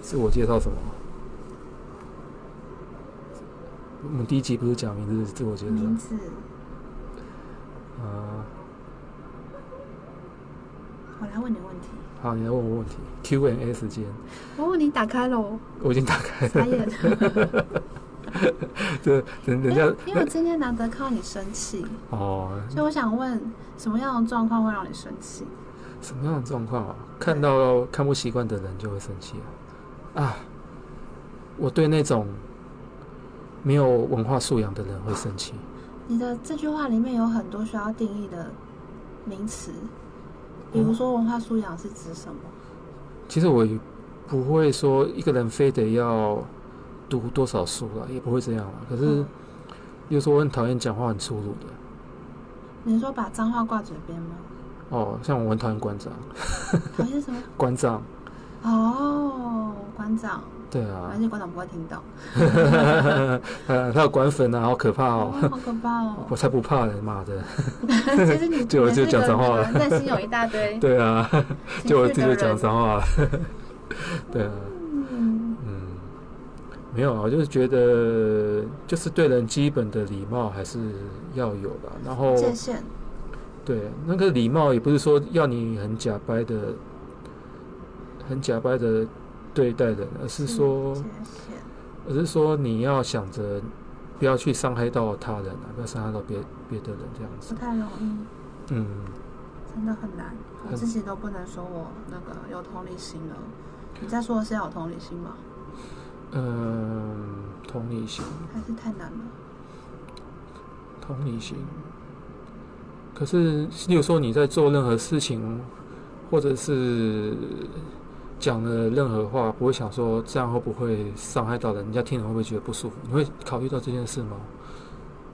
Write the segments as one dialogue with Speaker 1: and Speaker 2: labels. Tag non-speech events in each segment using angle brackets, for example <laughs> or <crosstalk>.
Speaker 1: 自我介绍什么吗？我们第一集不是讲名字自我介绍？
Speaker 2: 名字
Speaker 1: 啊、
Speaker 2: 我来问你问题。
Speaker 1: 好，你来问我问题，Q and A 时间，
Speaker 2: 我问你打开
Speaker 1: <laughs>
Speaker 2: 哦喽，
Speaker 1: 我已经打开
Speaker 2: 傻
Speaker 1: 了。
Speaker 2: <laughs> 眼。
Speaker 1: 这人人
Speaker 2: 因
Speaker 1: 家
Speaker 2: <laughs> 为因为我今天难得看到你生气，
Speaker 1: 哦，
Speaker 2: 所以我想问，什么样的状况会让你生气？
Speaker 1: 什么样的状况啊？看到看不习惯的人就会生气啊！啊，我对那种没有文化素养的人会生气。
Speaker 2: 你的这句话里面有很多需要定义的名词，
Speaker 1: 嗯
Speaker 2: 比如说文化素养是指什么？
Speaker 1: 其实我也不会说一个人非得要读多少书了，也不会这样了。可是
Speaker 2: 嗯，
Speaker 1: 有时候我很讨厌讲话很粗鲁的
Speaker 2: 你说把脏话挂嘴
Speaker 1: <laughs>
Speaker 2: 边吗？
Speaker 1: 哦，像我很讨厌馆长，
Speaker 2: 讨厌什么？
Speaker 1: 馆长，
Speaker 2: 哦，馆长，
Speaker 1: 对
Speaker 2: 而
Speaker 1: 啊，
Speaker 2: 且馆长不会听到，
Speaker 1: <laughs> 呃，他有馆粉啊，好可怕
Speaker 2: 哦，
Speaker 1: 哦！
Speaker 2: 好可怕哦！
Speaker 1: <laughs> 我才不怕呢，妈的！
Speaker 2: 其实你
Speaker 1: <laughs> 就就
Speaker 2: 你也是
Speaker 1: 讲
Speaker 2: 个
Speaker 1: 脏话
Speaker 2: 那个内心有一大
Speaker 1: <laughs>
Speaker 2: 堆
Speaker 1: 对啊，
Speaker 2: 情
Speaker 1: 就我
Speaker 2: 绪
Speaker 1: 自己
Speaker 2: 的
Speaker 1: 就
Speaker 2: 人
Speaker 1: 讲脏话了， <laughs> 对啊。
Speaker 2: 嗯，
Speaker 1: 嗯，没有啊，我就是觉得就是对人基本的礼貌还是要有的。然后
Speaker 2: 界限，
Speaker 1: 对那个礼貌也不是说要你很假掰的、很假掰的对待人，而
Speaker 2: 嗯
Speaker 1: 是说
Speaker 2: 界，限，
Speaker 1: 而是说你要想着不要去伤害到他人啊，不要伤害到别别的人这样
Speaker 2: 不
Speaker 1: 子。
Speaker 2: 太容易，
Speaker 1: 嗯，
Speaker 2: 真的很难。我
Speaker 1: 很
Speaker 2: 自己都不能说我那个有同理心了。你在说的是要有同理心吗？
Speaker 1: 嗯，同理心，
Speaker 2: 还是太难了？
Speaker 1: 同理心。可是，例如说你在做任何事情，或者是讲了任何话，不会想说这样会不会伤害到人，人家听了会不会觉得不舒服？你会考虑到这件事吗？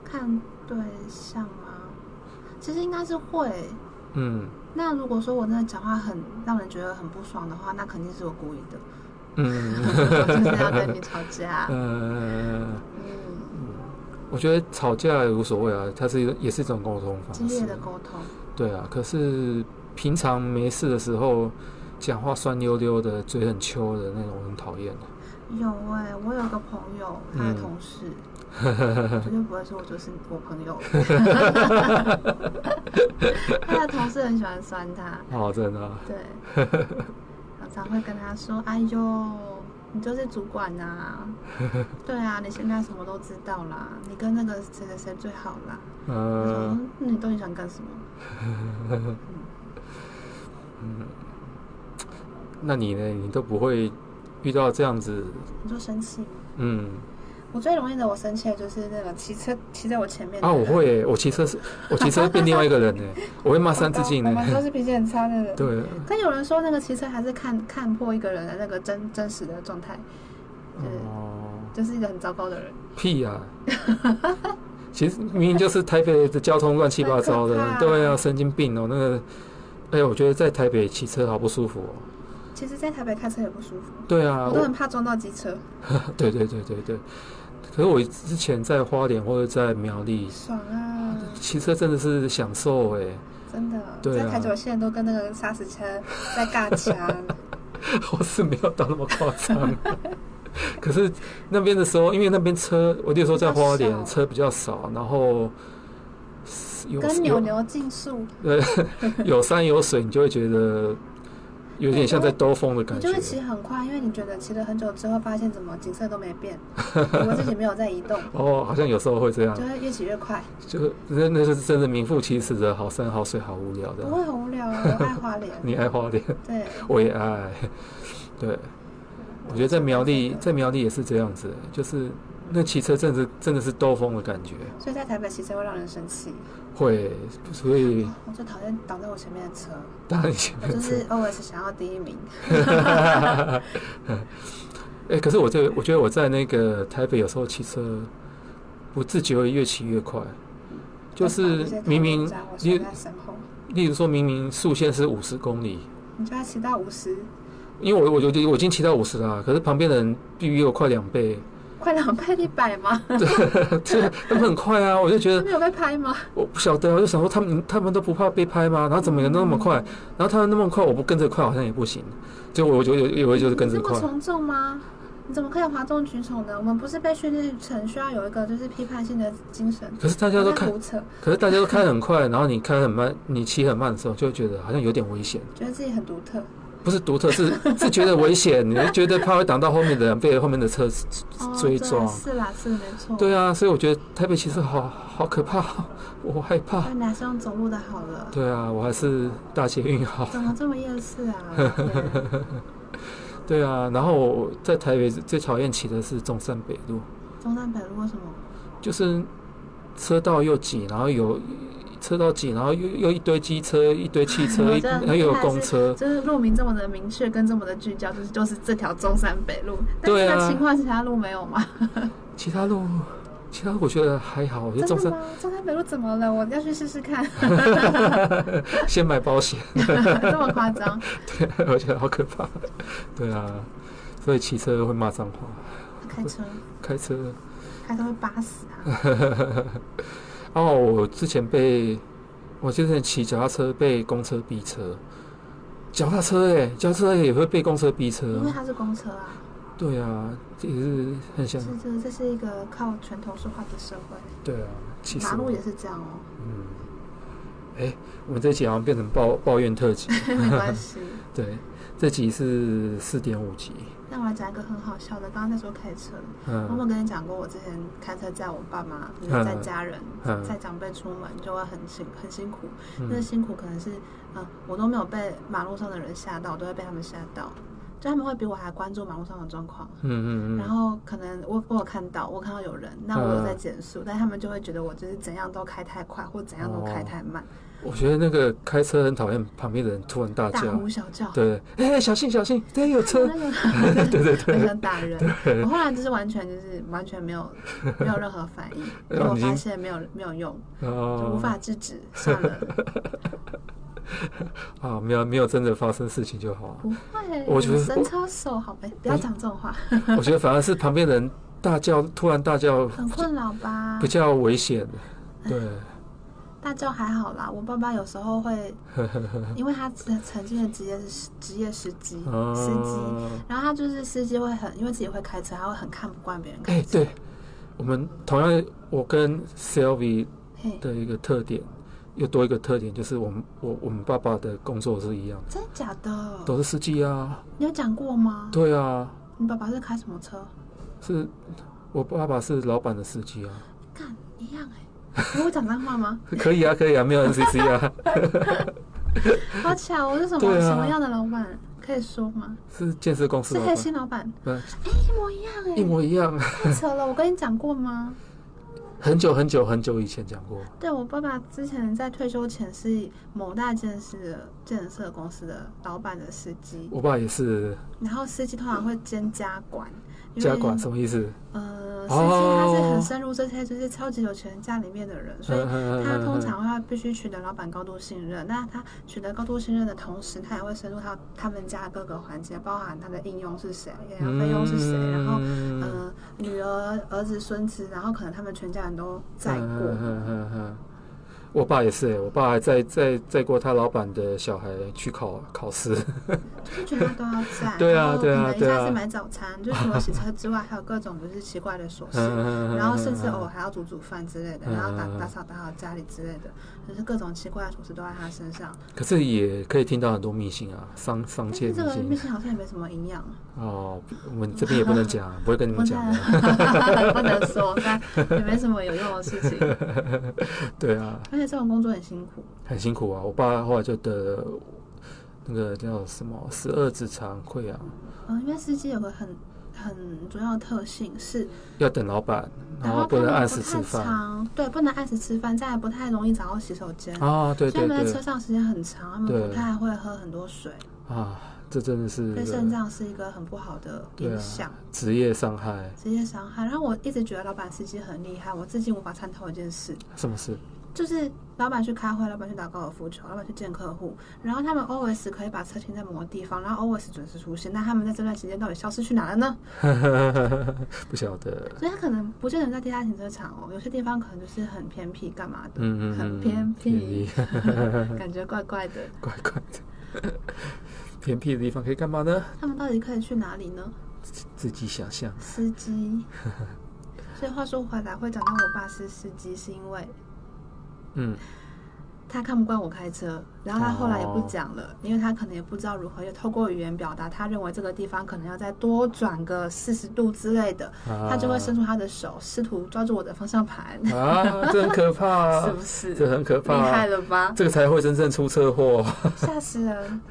Speaker 2: 看对象吗？其实应该是会。
Speaker 1: 嗯
Speaker 2: 那如果说我真的讲话很让人觉得很不爽的话，那肯定是我故意的，
Speaker 1: <laughs> 嗯 <laughs>
Speaker 2: 我就是要跟你吵架。
Speaker 1: 呃，
Speaker 2: 嗯，
Speaker 1: 我觉得吵架也无所谓啊，它是一个也是一种沟通
Speaker 2: 激
Speaker 1: 方
Speaker 2: 烈
Speaker 1: 式。
Speaker 2: 的沟通，
Speaker 1: 对啊，可是平常没事的时候，讲话酸溜溜的，嘴很秋的那种，我很讨厌。
Speaker 2: 有哎、我有个朋友，他的
Speaker 1: 嗯
Speaker 2: 同
Speaker 1: <laughs>
Speaker 2: 事，我绝对不会说我就是我朋友。他的同事很喜欢酸他，
Speaker 1: 哦，真的啊、
Speaker 2: 对，常常会跟他说：“哎呦，你就是主管呐、
Speaker 1: <laughs>
Speaker 2: 对啊，你现在什么都知道啦，你跟那个谁谁谁最好啦。我说
Speaker 1: 嗯、
Speaker 2: 嗯，那你到底想干什么？
Speaker 1: 那你呢？你都不会遇到这样子，
Speaker 2: 你就生气。
Speaker 1: 嗯
Speaker 2: 我最容易惹我生气的就是那个骑车骑在我前面的
Speaker 1: 啊，
Speaker 2: 人
Speaker 1: 我会耶、我骑车是，我骑车变另外一个人呢、 <laughs> 我会骂三字经呢、
Speaker 2: 我们都是脾气很差的人。
Speaker 1: <laughs> 对，啊
Speaker 2: 但有人说那个骑车还是看看破一个人的那个真真实的状态，
Speaker 1: 哦，
Speaker 2: 就是一个很糟糕的人，
Speaker 1: 屁呀、其实明明就是台北的交通乱七八糟的
Speaker 2: 很可，怕
Speaker 1: 对啊，神经病哦、那个，哎、我觉得在台北骑车好不舒服哦、
Speaker 2: 其实，在台北开车也不舒服，
Speaker 1: 对啊，
Speaker 2: 我都很怕撞到机车，
Speaker 1: 我对对对对对。可是我之前在花莲或者在苗栗
Speaker 2: 爽啊！
Speaker 1: 骑车真的是享受哎、
Speaker 2: 真的，
Speaker 1: 对啊
Speaker 2: 在台九线都跟那个砂石车在
Speaker 1: <laughs>
Speaker 2: 尬掐，
Speaker 1: <laughs> 我是没有到那么夸张。 <laughs> 可是那边的时候，因为那边车，我那时候在花
Speaker 2: 比较
Speaker 1: 莲
Speaker 2: 少
Speaker 1: 车比较少，然后有
Speaker 2: 跟扭
Speaker 1: 有
Speaker 2: 牛竞速，
Speaker 1: 有山有水，你就会觉得有点像在兜风的
Speaker 2: 你
Speaker 1: 感
Speaker 2: 就
Speaker 1: 觉
Speaker 2: 会。骑很快，因为你觉得骑了很久之后，发现怎么景色都没
Speaker 1: <laughs>
Speaker 2: 变，我自己没有在移动，
Speaker 1: 哦，好像有时候会这样
Speaker 2: 就，会越骑越快，
Speaker 1: 就那那是真的名副其实的好山好水好无聊
Speaker 2: 不
Speaker 1: 的。，
Speaker 2: 会很无聊啊。我爱花莲
Speaker 1: <laughs> 你爱花莲，
Speaker 2: 对，
Speaker 1: 我也爱。对，我觉得在苗栗，在苗栗也是这样子，就是那骑车真的是真的是兜风的感觉，
Speaker 2: 所以在台北骑车会让人生气。
Speaker 1: 会所以
Speaker 2: 我最讨厌挡在我前面的车，
Speaker 1: 当然前 <laughs>
Speaker 2: 我
Speaker 1: 面
Speaker 2: 就
Speaker 1: 车
Speaker 2: 是 always 想要第一名。
Speaker 1: 哎、可是我这我觉得我在那个台北有时候骑车，不自觉会越骑越快，
Speaker 2: 哦
Speaker 1: 就是明明
Speaker 2: 我把那些讨
Speaker 1: 例
Speaker 2: 厌渣我甩在身后，
Speaker 1: 例如说明明速限是五十公里，
Speaker 2: 你就要骑到五十，
Speaker 1: 啊因为我我我我已经骑到五十啦，可是旁边的人必须比我快两倍， <laughs>
Speaker 2: 快两倍一百吗？
Speaker 1: 对，他们很快啊，我就觉得
Speaker 2: 没有被拍吗？
Speaker 1: 我不晓得啊，我就想说他们他们都不怕被拍吗？然后怎么有人都那么快？然后他们那么快，我不跟着快好像也不行。结果我就有有一就是跟
Speaker 2: 你
Speaker 1: 着
Speaker 2: 这么
Speaker 1: 快，
Speaker 2: 从众吗？你怎么可以哗众取宠呢？我们不是被训练成需要有一个就是批判性的精神。
Speaker 1: 可是大家都
Speaker 2: 在
Speaker 1: 开，
Speaker 2: 胡扯，
Speaker 1: 可是大家都开很快，然后你开很慢，你骑很慢的时候，就会觉得好像有点危险，
Speaker 2: 觉得自己很独特。
Speaker 1: 不是独特，是是觉得危险，你就觉得怕会挡到后面的人，被后面的车
Speaker 2: 哦
Speaker 1: 追
Speaker 2: 对
Speaker 1: 撞。
Speaker 2: 是啦，是没错。
Speaker 1: 对啊，所以我觉得台北其实好好可怕，我害怕。
Speaker 2: 那你还是用走路的好了。
Speaker 1: 对啊，我还是大捷运好。
Speaker 2: 怎么这么厌世啊？
Speaker 1: <laughs>
Speaker 2: 天
Speaker 1: 对啊，然后我在台北最讨厌骑的是中山北路，
Speaker 2: 中山北路为什么？
Speaker 1: 就是车道又挤，然后有车道挤，然后又又一堆机车，一堆汽车，
Speaker 2: 我
Speaker 1: 一
Speaker 2: 真
Speaker 1: 然
Speaker 2: 的
Speaker 1: 后又有
Speaker 2: 很
Speaker 1: 公车。
Speaker 2: 就是路名这么的明确，跟这么的聚焦，就是就是这条中山北路。但
Speaker 1: 对
Speaker 2: 是
Speaker 1: 啊
Speaker 2: 那情况其他路没有吗？
Speaker 1: 其他路，其他路我觉得还好，我觉得中
Speaker 2: 真的
Speaker 1: 山
Speaker 2: 吗？中山北路怎么了？我要去试
Speaker 1: <laughs>
Speaker 2: 试看，
Speaker 1: 先买保险， <laughs>
Speaker 2: 这么夸张？
Speaker 1: 对，我觉得好可怕。对啊，所以骑车会骂脏话，
Speaker 2: 开车，
Speaker 1: 开车。
Speaker 2: 开车会扒死啊！
Speaker 1: 哦，我之前被我之前骑脚踏车被公车逼车，脚踏车哎、脚踏车也会被公车逼车
Speaker 2: 因
Speaker 1: 哦。
Speaker 2: 为它是公车啊，
Speaker 1: 对啊，这也是很
Speaker 2: 这
Speaker 1: 想
Speaker 2: 这这是一个靠拳头说话的社会，
Speaker 1: 对啊，气
Speaker 2: 马
Speaker 1: 死我
Speaker 2: 路
Speaker 1: 了
Speaker 2: 也。是这
Speaker 1: <laughs>
Speaker 2: 样哦，
Speaker 1: 嗯，哎、我们这集好像变成抱抱怨特
Speaker 2: <laughs>
Speaker 1: 辑。
Speaker 2: 没关系。
Speaker 1: 对，这集是四点五集。
Speaker 2: 那我来讲一个很好笑的，刚刚在说开车，我有没
Speaker 1: 嗯
Speaker 2: 有跟你讲过，我之前开车载我爸妈，就
Speaker 1: 嗯
Speaker 2: 是载家人、
Speaker 1: 嗯
Speaker 2: 载长辈出门，就会很辛很辛苦。那
Speaker 1: 嗯，
Speaker 2: 辛苦可能是，呃，我都没有被马路上的人吓到，我都会被他们吓到，就他们会比我还关注马路上的状况。
Speaker 1: 嗯嗯
Speaker 2: 然
Speaker 1: 嗯，
Speaker 2: 后可能我我有看到，我看到有人，那我有在减速，但他们就会觉得我就是怎样都开太快，或怎样都
Speaker 1: 哦
Speaker 2: 开太慢，
Speaker 1: 我觉得那个开车很讨厌旁边的人突然大
Speaker 2: 大
Speaker 1: 叫，
Speaker 2: 呼小叫。
Speaker 1: 对，哎、小心小心，对，有车，
Speaker 2: <laughs> 那个
Speaker 1: 对对 <laughs> 对
Speaker 2: 很想打人。 <laughs> 我后来就是完全就是完全
Speaker 1: <laughs>
Speaker 2: 没有没有任何反应，因为
Speaker 1: 然后
Speaker 2: 我
Speaker 1: 你
Speaker 2: 发现没有没有用，就无
Speaker 1: 哦，
Speaker 2: 法制止，算了，
Speaker 1: <laughs> 啊，没有没有真的发生事情就好。
Speaker 2: 不会，
Speaker 1: 我觉得
Speaker 2: 神车手好呗，不要讲这种话，
Speaker 1: 我觉得反而是旁边的人大叫，突然大叫
Speaker 2: 很困扰吧
Speaker 1: 比？较危险。对， <laughs>
Speaker 2: <laughs> 大叫还好啦，我爸爸有时候会，
Speaker 1: 嗯
Speaker 2: 因为他曾曾经的职业是职业司机，司机。
Speaker 1: 啊，
Speaker 2: 然后他就是司机会很，因为自己会开车，他会很看不惯别人
Speaker 1: 哎、
Speaker 2: 开车。
Speaker 1: 对，我们同样，我跟 Sylvie
Speaker 2: 嘿，
Speaker 1: 的一个特点，又多一个特点就是我们我我们爸爸的工作是一样，
Speaker 2: 真的假的？
Speaker 1: 都是司机啊，
Speaker 2: 你有讲过吗？
Speaker 1: 对啊，
Speaker 2: 你爸爸是开什么车？
Speaker 1: 是我爸爸是老板的司机啊，
Speaker 2: 干一样哎、欸， <laughs> 我讲脏
Speaker 1: <laughs>
Speaker 2: 话吗？
Speaker 1: 可以啊，可以啊，没有 NCC 啊， <laughs>
Speaker 2: 好巧，哦我是什么、
Speaker 1: 对啊
Speaker 2: 什么样的老板？可以说吗？
Speaker 1: 是建设公司
Speaker 2: 是
Speaker 1: 老
Speaker 2: 黑
Speaker 1: 板，
Speaker 2: 心老板，
Speaker 1: 嗯，
Speaker 2: 哎、一模一样哎、
Speaker 1: 一模一样，
Speaker 2: 太扯了！我跟你讲过吗？
Speaker 1: 很久很久很久以前讲过，
Speaker 2: 对我爸爸之前在退休前是某大建设的建设公司的老板的司机，
Speaker 1: 我爸也是
Speaker 2: 然后司机通常会兼家管，因为
Speaker 1: 家管，什么意思？
Speaker 2: 呃，司机他
Speaker 1: 哦
Speaker 2: 是很深入这些就是超级有钱人家里面的人，所
Speaker 1: 嗯
Speaker 2: 以他通常会必须取得老板高度信任。那他取得高度信任的同时，他也会深入到他们家各个环节，包含他的应用是谁，养养啊费用是谁，然后
Speaker 1: 嗯
Speaker 2: 呃女儿、儿子、孙子，然后可能他们全家人都在过。
Speaker 1: 嗯嗯嗯嗯我爸也是、欸，我爸还在在在过他老板的小孩去考考试，，
Speaker 2: 就是全家都要
Speaker 1: <laughs>
Speaker 2: 在
Speaker 1: 对啊
Speaker 2: 然后
Speaker 1: 对啊
Speaker 2: 可能一
Speaker 1: 对
Speaker 2: 下
Speaker 1: 啊
Speaker 2: 子买早餐，就除了洗车之外，还有各种就是奇怪的琐事，
Speaker 1: 嗯
Speaker 2: 然后甚至偶尔还要煮煮饭之类的，
Speaker 1: 嗯
Speaker 2: 然后打打扫打扫家里之类的，就是各种奇怪的琐事都在他身上。
Speaker 1: 可是也可以听到很多迷信啊，商商
Speaker 2: 但
Speaker 1: 界
Speaker 2: 是
Speaker 1: 迷
Speaker 2: 这个
Speaker 1: 信
Speaker 2: 明星好像也没什么营养，啊
Speaker 1: 哦，我们这边也不能讲，
Speaker 2: <laughs>
Speaker 1: 不会跟你
Speaker 2: 不
Speaker 1: 们讲啊
Speaker 2: 能
Speaker 1: 嗯的，
Speaker 2: 不能 <laughs> 说，但也没什么有用的
Speaker 1: <laughs>
Speaker 2: 事情。
Speaker 1: <laughs> 对啊，
Speaker 2: 而且这种工作很辛苦，
Speaker 1: 很辛苦啊。我爸后来就得那个叫什么十二指肠溃啊，
Speaker 2: 嗯，因为司机有个很很主要的特性是，
Speaker 1: 要等老板，然
Speaker 2: 然
Speaker 1: 后
Speaker 2: 后
Speaker 1: 哦不
Speaker 2: 啊他
Speaker 1: 能
Speaker 2: 们
Speaker 1: 按
Speaker 2: 不
Speaker 1: 时吃
Speaker 2: 太
Speaker 1: 饭
Speaker 2: 常对，不能按时吃饭，再也不太容易找到洗手间。
Speaker 1: 啊，对
Speaker 2: 所以
Speaker 1: 对
Speaker 2: 他们在车
Speaker 1: 对
Speaker 2: 上时间很长，他们
Speaker 1: 对
Speaker 2: 不太会喝很多水，
Speaker 1: 啊，这真的是
Speaker 2: 对肾脏是一个很不好的
Speaker 1: 对
Speaker 2: 影
Speaker 1: 啊
Speaker 2: 响，
Speaker 1: 职业伤害，
Speaker 2: 直接伤害。然后我一直觉得老板司机很厉害，我至今无法参透一件事，
Speaker 1: 什么事？ <laughs>
Speaker 2: 就是老板去开会，老板去打高尔夫球，老板去见客户，然后他们 always 可以把车停在某个地方，然后 always 准时出现。那他们在这段时间到底消失去哪了呢？
Speaker 1: 不晓得。
Speaker 2: 所以他可能不见得在地下停车场哦，有些地方可能就是很偏僻，干嘛的，
Speaker 1: 嗯嗯，
Speaker 2: 很
Speaker 1: 嗯
Speaker 2: 偏
Speaker 1: 僻
Speaker 2: 僻，， <laughs> 感觉怪怪的。
Speaker 1: <laughs> 怪怪的。 <laughs> 偏僻的地方可以干嘛呢？
Speaker 2: 他们到底可以去哪里呢？
Speaker 1: 自己想象。
Speaker 2: 司
Speaker 1: <laughs>
Speaker 2: 机。所以话说回来，会讲到我爸是司机，是因为
Speaker 1: 嗯，
Speaker 2: 他看不惯我开车，然后他后来也不
Speaker 1: 哦
Speaker 2: 讲了，因为他可能也不知道如何，又透过语言表达，他认为这个地方可能要再多转个四十度之类的，
Speaker 1: 他
Speaker 2: 他就会伸出他的手，试图抓住我的方向盘，
Speaker 1: 啊，这很可怕、
Speaker 2: <laughs> 是
Speaker 1: 啊，
Speaker 2: 不是？
Speaker 1: 这很可
Speaker 2: 厉
Speaker 1: 怕、啊
Speaker 2: 害了吧，
Speaker 1: 这个才会真正出车祸。
Speaker 2: 吓死人！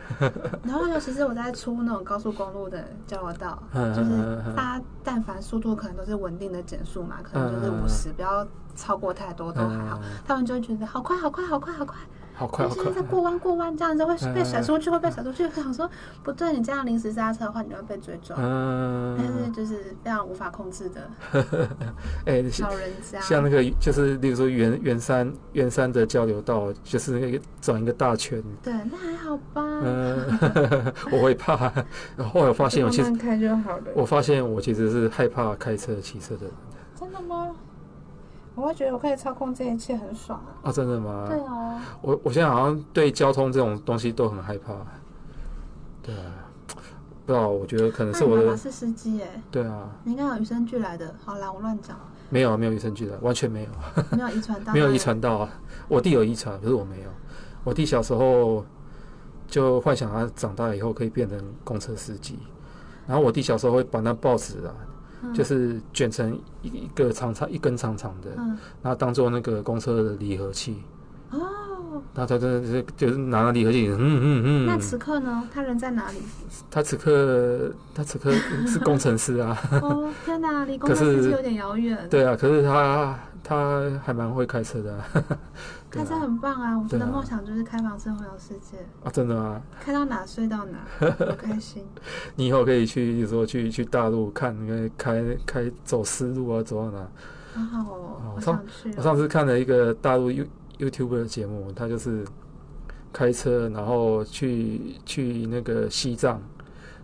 Speaker 2: 然后尤其是我在出那种高速公路的交流道，
Speaker 1: 嗯
Speaker 2: 就是大家但凡速度可能都是稳定的减速嘛，可能就是
Speaker 1: 嗯嗯嗯
Speaker 2: 五十，不要超过太多都还好。他们就会觉得好快，好快，好快， <laughs> 好快，
Speaker 1: 好快，
Speaker 2: 就
Speaker 1: 好
Speaker 2: 是
Speaker 1: 快
Speaker 2: 在！过弯过弯这样子会被
Speaker 1: 嗯
Speaker 2: 甩出去，会被甩出去。我想说，不对，你这样临时刹车的话，你就会被追撞。但是
Speaker 1: 嗯，
Speaker 2: 就是非常无法控制的
Speaker 1: 哎、像
Speaker 2: 小人
Speaker 1: <laughs>
Speaker 2: 家，
Speaker 1: 像那个就是，例如说圆圆山圆山的交流道，就是那个转一个大圈。
Speaker 2: 对，那还好吧，
Speaker 1: 嗯， <laughs> 我会怕。后来我发现，我
Speaker 2: 慢
Speaker 1: 其实
Speaker 2: 慢开就好了。
Speaker 1: 我发现我其实是害怕开车、骑车的人
Speaker 2: 真的吗？我会觉得我可以操控这一切，很爽啊！
Speaker 1: 啊，真的吗？
Speaker 2: 对啊，
Speaker 1: 我我现在好像对交通这种东西都很害怕。对啊，不知道，我觉得可能呃
Speaker 2: 那
Speaker 1: 是
Speaker 2: 你
Speaker 1: 我
Speaker 2: 爸爸
Speaker 1: 的
Speaker 2: 是司机耶，
Speaker 1: 对啊，
Speaker 2: 你应该有与生俱来的。好啦，我
Speaker 1: <laughs>
Speaker 2: 乱讲，
Speaker 1: 没有没有与生俱来，完全没有。
Speaker 2: 没有遗传到，
Speaker 1: 没有遗。传到啊。我弟有遗传，可是我没有。我弟小时候就幻想他长大以后可以变成公车司机，然后我弟小时候会把那报纸啊，
Speaker 2: 嗯
Speaker 1: 就是卷成一一个长长一根长长的，
Speaker 2: 嗯
Speaker 1: 然后当做那个公车的离合器。
Speaker 2: 哦，
Speaker 1: 然后他真的是就是拿了离合器，嗯嗯
Speaker 2: 那
Speaker 1: 嗯。
Speaker 2: 此刻呢？他人在哪
Speaker 1: <laughs>
Speaker 2: 里？
Speaker 1: 他此刻他此刻是工程师
Speaker 2: <laughs>
Speaker 1: 啊，
Speaker 2: 哦，天哪，离公车
Speaker 1: 可是
Speaker 2: 司机有点遥远。
Speaker 1: 对啊，可是他他还蛮会开车的啊、 <laughs> 对
Speaker 2: 开
Speaker 1: 啊
Speaker 2: 车很棒啊！我们
Speaker 1: 对
Speaker 2: 的
Speaker 1: 啊
Speaker 2: 梦想就是开房车环游世界，
Speaker 1: 啊，真的吗？
Speaker 2: 开到哪睡到哪，多开心。
Speaker 1: <laughs> 你以后可以去，比如说去去大陆看，那个开开走丝路啊，走到哪？
Speaker 2: 好好哦
Speaker 1: 哦，
Speaker 2: 我
Speaker 1: 上
Speaker 2: 想去
Speaker 1: 我
Speaker 2: 哦。
Speaker 1: 上次看了一个大陆 You YouTuber 的节目，他就是开车，然后去去那个西藏，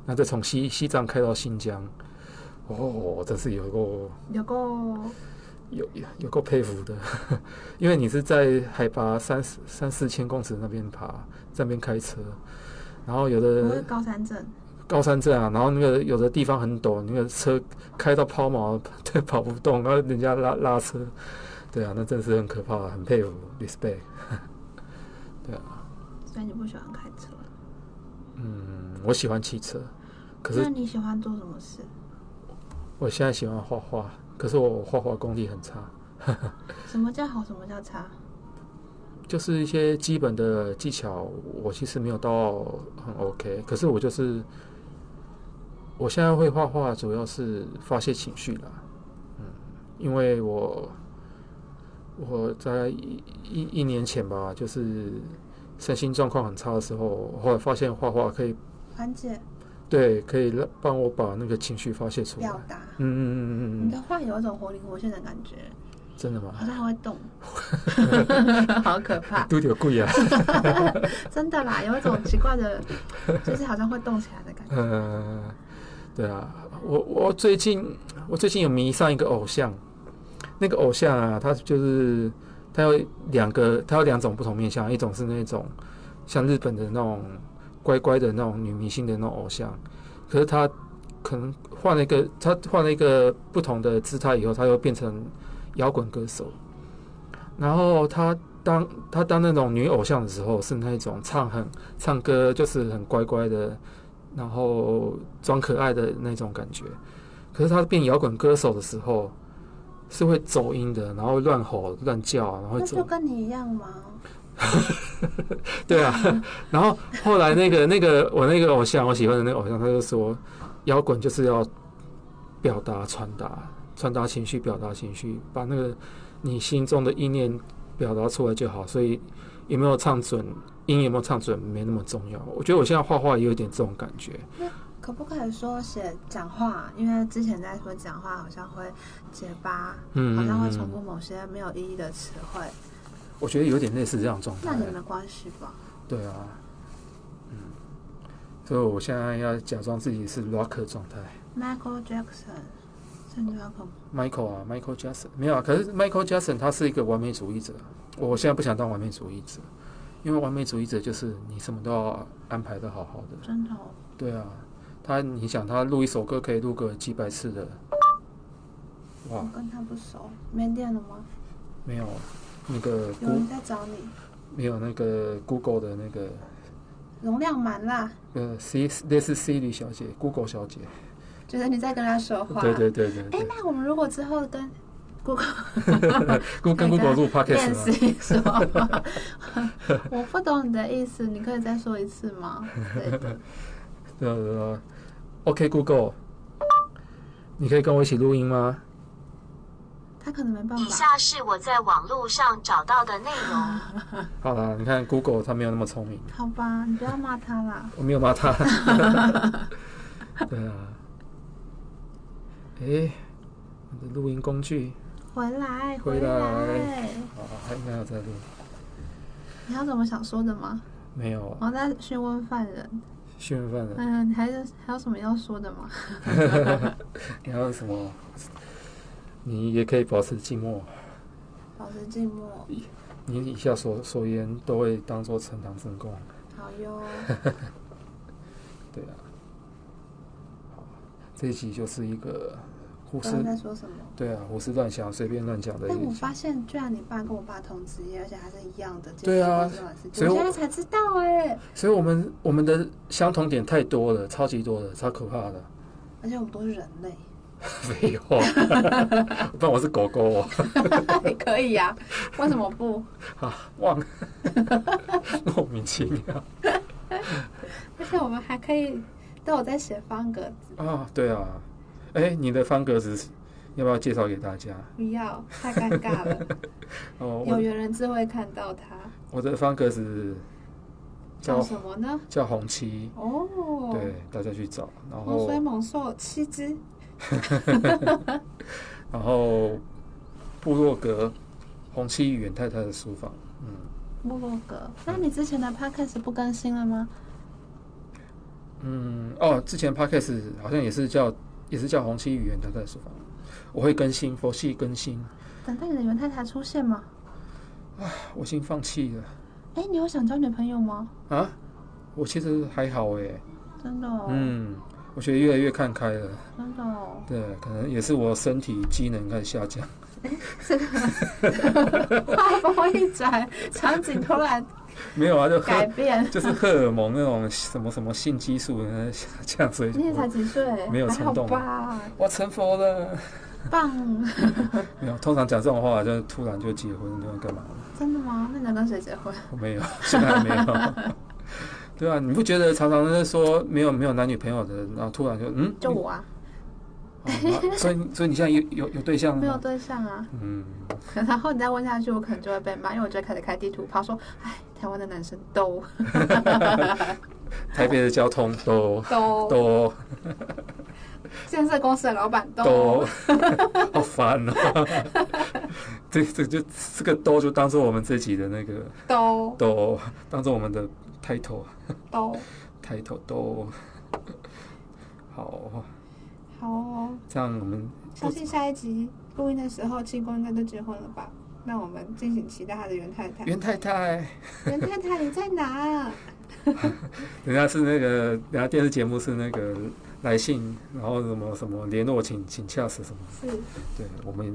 Speaker 1: 那再从西西藏开到新疆。哦，真是有够
Speaker 2: 有够哦
Speaker 1: 有有有够佩服的， <laughs> 因为你是在海拔三四三四千公尺那边爬，在那边开车，然后有的
Speaker 2: 不会高山症，
Speaker 1: 高山症啊，然后那个有的地方很陡，那个车开到抛锚，对，跑不动，然后人家拉拉车，对啊，那真是很可怕，很佩服，respect。
Speaker 2: 所以你不喜欢开车。
Speaker 1: 嗯，我喜欢骑车，可
Speaker 2: 那
Speaker 1: 是
Speaker 2: 你喜欢做什么事？
Speaker 1: 我现在喜欢画画，可是我画画功力很差，
Speaker 2: 什么叫好？什么叫差？
Speaker 1: 就是一些基本的技巧，我其实没有到很 OK，可是我就是我现在会画画，主要是发泄情绪啦。嗯，因为我我在一一一年前吧，就是身心状况很差的时候，后来发现画画可以
Speaker 2: 缓解、
Speaker 1: 对可以让帮我把那个情绪发泄出来。
Speaker 2: 表达。
Speaker 1: 嗯嗯嗯嗯
Speaker 2: 你
Speaker 1: 嗯，
Speaker 2: 的话有一种活灵活现的感觉，
Speaker 1: 真的
Speaker 2: 好
Speaker 1: 吗？
Speaker 2: 像还会
Speaker 1: <laughs>
Speaker 2: 动，好可怕！
Speaker 1: 都有贵啊。
Speaker 2: 真的啦，有一种奇怪的，就是好像会动起来的感觉。
Speaker 1: 呃，对啊，我我最近我最近有迷上一个偶像，那个偶像啊，他就是他有两个，他有两种不同面相，一种是那种像日本的那种乖乖的那种女明星的那种偶像，可是他可能换了一个，他换了一个不同的姿态以后，他又变成摇滚歌手，然后他。当他当那种女偶像的时候，是那种唱很唱歌就是很乖乖的，然后装可爱的那种感觉。可是他变摇滚歌手的时候，是会走音的，然后乱吼乱叫啊，然后
Speaker 2: 那就
Speaker 1: 走
Speaker 2: 跟你一样吗？
Speaker 1: 对啊。 <laughs> 然后后来那个那个我那个偶像，我喜欢的那个偶像，他就说，摇滚就是要表达、传达、传达情绪、表达情绪，把那个你心中的意念表达出来就好。所以有没有唱准音，有没有唱准，没那么重要。我觉得我现在画画也有点这种感觉。
Speaker 2: 可不可以说写讲话？因为之前在说讲话好像会结巴，
Speaker 1: 嗯，
Speaker 2: 好像会
Speaker 1: 嗯嗯
Speaker 2: 重复某些没有意义的词汇。
Speaker 1: 我觉得有点类似这样的状态
Speaker 2: 那。你们关系吧？
Speaker 1: 对啊，嗯，所以我现在要假装自己是 rock 状态。
Speaker 2: Michael Jackson 是 Michael 吗
Speaker 1: Michael 啊，Michael Jackson 没有啊，可是 Michael Jackson 他是一个完美主义者。啊我现在不想当完美主义者，因为完美主义者就是你什么都要安排的好好的。
Speaker 2: 真的哦、
Speaker 1: 对啊，他你想他录一首歌可以录个几百次的，哇
Speaker 2: 我，跟他不熟，没电了吗？
Speaker 1: 没有啊那个
Speaker 2: 有啊
Speaker 1: Go
Speaker 2: 人在找你，
Speaker 1: 没有那个 Google 的那个
Speaker 2: 容量满啦，
Speaker 1: 呃 C 类似 Siri 小姐，Google 小姐，
Speaker 2: 就是你在跟他说话。
Speaker 1: 对。对对对
Speaker 2: 哎，
Speaker 1: 对，
Speaker 2: 那我们如果之后跟 Google
Speaker 1: 跟跟 Google 录
Speaker 2: 练
Speaker 1: Podcast 吗？
Speaker 2: 习说话，我不懂你的意思，你可以再说一次吗？对的，
Speaker 1: 对啊对啊，OK Google，你可以跟我一起录音吗？
Speaker 2: 他可能没办
Speaker 3: 以
Speaker 2: 法。
Speaker 3: 下是我在网络上找到的内容。
Speaker 1: 好啦，你看 Google 它没有那么聪明，
Speaker 2: 好吧，你不要骂他啦。
Speaker 1: 我没有骂它。 <laughs> 对啊，诶，我的录音工具
Speaker 2: 回来，
Speaker 1: 回
Speaker 2: 回
Speaker 1: 来
Speaker 2: 来，
Speaker 1: 啊，还没有在录，
Speaker 2: 你要怎么想说的吗？
Speaker 1: 没有啊，
Speaker 2: 我在询问犯人。
Speaker 1: 训练犯人。
Speaker 2: 嗯，你还有还有什么要说的吗？
Speaker 1: 哎 <laughs> 你还有什么？你也可以保持寂寞，
Speaker 2: 保持寂寞，
Speaker 1: 你以下所所言都会当做呈堂证供。
Speaker 2: 好哟。
Speaker 1: <laughs> 对啊，好，这一集就是一个胡
Speaker 2: 不知道
Speaker 1: 思
Speaker 2: 在说什么。
Speaker 1: 对啊胡思乱想、随便乱讲的
Speaker 2: 但
Speaker 1: 一
Speaker 2: 我
Speaker 1: 集。
Speaker 2: 发现，居然你爸跟我爸同职业，而且还是一样的。
Speaker 1: 对啊
Speaker 2: 这种事
Speaker 1: 所
Speaker 2: 情
Speaker 1: 以
Speaker 2: 我
Speaker 1: 我
Speaker 2: 现在才知道哎、
Speaker 1: 所以，我们我们的相同点太多了，超级多了，超可怕的。
Speaker 2: 而且我们都是人类。
Speaker 1: 废话， <laughs> 不然我是狗狗哦。
Speaker 2: 也 <laughs> 可以呀、为什么不？
Speaker 1: 啊，忘了， <laughs> 莫名其妙
Speaker 2: 而且我们还可以都有在写方格子，
Speaker 1: 啊，对啊。哎、你的方格子要不要介绍给大家？
Speaker 2: 不要太尴尬了，
Speaker 1: 哦， <laughs> 我
Speaker 2: 有缘人自会看到它。
Speaker 1: 我的方格子
Speaker 2: 叫
Speaker 1: 叫
Speaker 2: 什么呢？
Speaker 1: 叫红旗，
Speaker 2: 哦，
Speaker 1: 对，大家去找。然
Speaker 2: 洪
Speaker 1: 后
Speaker 2: 水猛兽七只，
Speaker 1: 然后部落格红旗与远太太的书房，嗯
Speaker 2: 部落格。那你之前的 podcast 不更新了吗？
Speaker 1: 嗯哦，之前 podcast 好像也是叫也是叫红旗与远太太的书房，我会更新，佛系更新，
Speaker 2: 等待你的元太太出现吗？
Speaker 1: 我已经放弃了
Speaker 2: 哎，你有想交女朋友吗？
Speaker 1: 啊，我其实还好诶、
Speaker 2: 真的哦，
Speaker 1: 嗯，我觉得越来越看开了，
Speaker 2: 真的哦。 <laughs>
Speaker 1: 对，可能也是我身体机能开始下降。 <laughs>
Speaker 2: 这个话锋一转，场景突然
Speaker 1: 没有啊，就
Speaker 2: 改
Speaker 1: 喝 <laughs>
Speaker 2: 变。
Speaker 1: 就是荷尔蒙那种什么什么性激素的下降，所以就
Speaker 2: 你也
Speaker 1: 不
Speaker 2: 才
Speaker 1: 会
Speaker 2: 几岁？
Speaker 1: 没有
Speaker 2: 还好
Speaker 1: 冲动
Speaker 2: 吧？
Speaker 1: 我成佛了。 <laughs>
Speaker 2: 棒！
Speaker 1: 没有，通常讲这种话就突然就结婚，就干嘛？
Speaker 2: 真的吗？那你要跟谁结婚？
Speaker 1: 我没有， <laughs> 现在还没有。对啊，你不觉得常常在说没有没有男女朋友的，然后突然就嗯，
Speaker 2: 就我啊，
Speaker 1: 哦
Speaker 2: <laughs>
Speaker 1: 那所以所以你现在有有有对象
Speaker 2: 没
Speaker 1: 了
Speaker 2: 有
Speaker 1: 吗？
Speaker 2: 对象啊。
Speaker 1: 嗯，
Speaker 2: 然后你再问下去，我可能就会被骂，因为我就会开始开地图炮，说：“哎，台湾的男生都
Speaker 1: 台北的交通都
Speaker 2: 都，
Speaker 1: 都
Speaker 2: 建设公司的老板
Speaker 1: 都
Speaker 2: 都。
Speaker 1: <laughs> 好烦哦。 <laughs> 这这就这个都就当做我们自己的那个
Speaker 2: 都
Speaker 1: 都，当做我们的 title 啊
Speaker 2: 都
Speaker 1: title 都好。
Speaker 2: 好哦。
Speaker 1: 这样我们
Speaker 2: 相信下一集录音的时候，庆功应该都结婚了吧？那我们敬请期待他的袁太太。
Speaker 1: 袁太太，
Speaker 2: 袁太太你在哪？
Speaker 1: 人家是那个，人家电视节目是那个来信，然后什么什么联络请请洽是什么？
Speaker 2: 是，
Speaker 1: 对，我们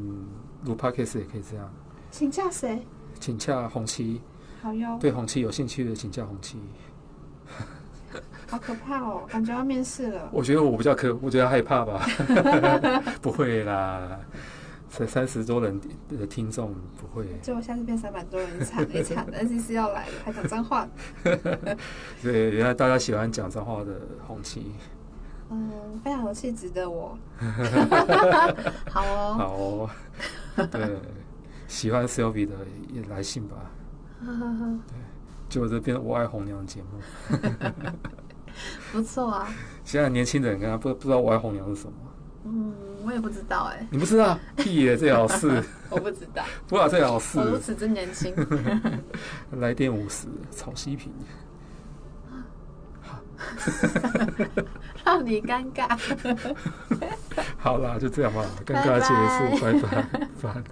Speaker 1: 录 podcast 也可以这样，
Speaker 2: 请叫谁？
Speaker 1: 请洽红旗，
Speaker 2: 好哟。
Speaker 1: 对红旗有兴趣的请洽红旗。
Speaker 2: 好可怕哦，感觉要面试了。
Speaker 1: 我觉得我比较可，我觉得害怕吧， <laughs> 不会啦，才三十多人的听众不会，
Speaker 2: 结果下次变三百多人，一惨一惨的 NCC 要来了，还讲脏话。
Speaker 1: 所以原来大家喜欢讲脏话的红旗。
Speaker 2: 嗯，非常有气质的 <laughs> 我。好哦，
Speaker 1: 好哦，对，喜欢 Sylvie 的也来信吧。
Speaker 2: <laughs>
Speaker 1: 就这边我爱红娘节目，
Speaker 2: 不错啊。啊
Speaker 1: 现在年轻人跟他不不知道我爱红娘是什么，
Speaker 2: 嗯，我我也不知道哎，
Speaker 1: 你不知道？屁耶，最好是，
Speaker 2: 我不知道，
Speaker 1: 不啊，最好是
Speaker 2: 我如此之年轻。 <laughs>
Speaker 1: 来电五十，炒西皮。
Speaker 2: 让你尴尬。
Speaker 1: 好啦，就这样吧，尴尬结束，拜拜，烦。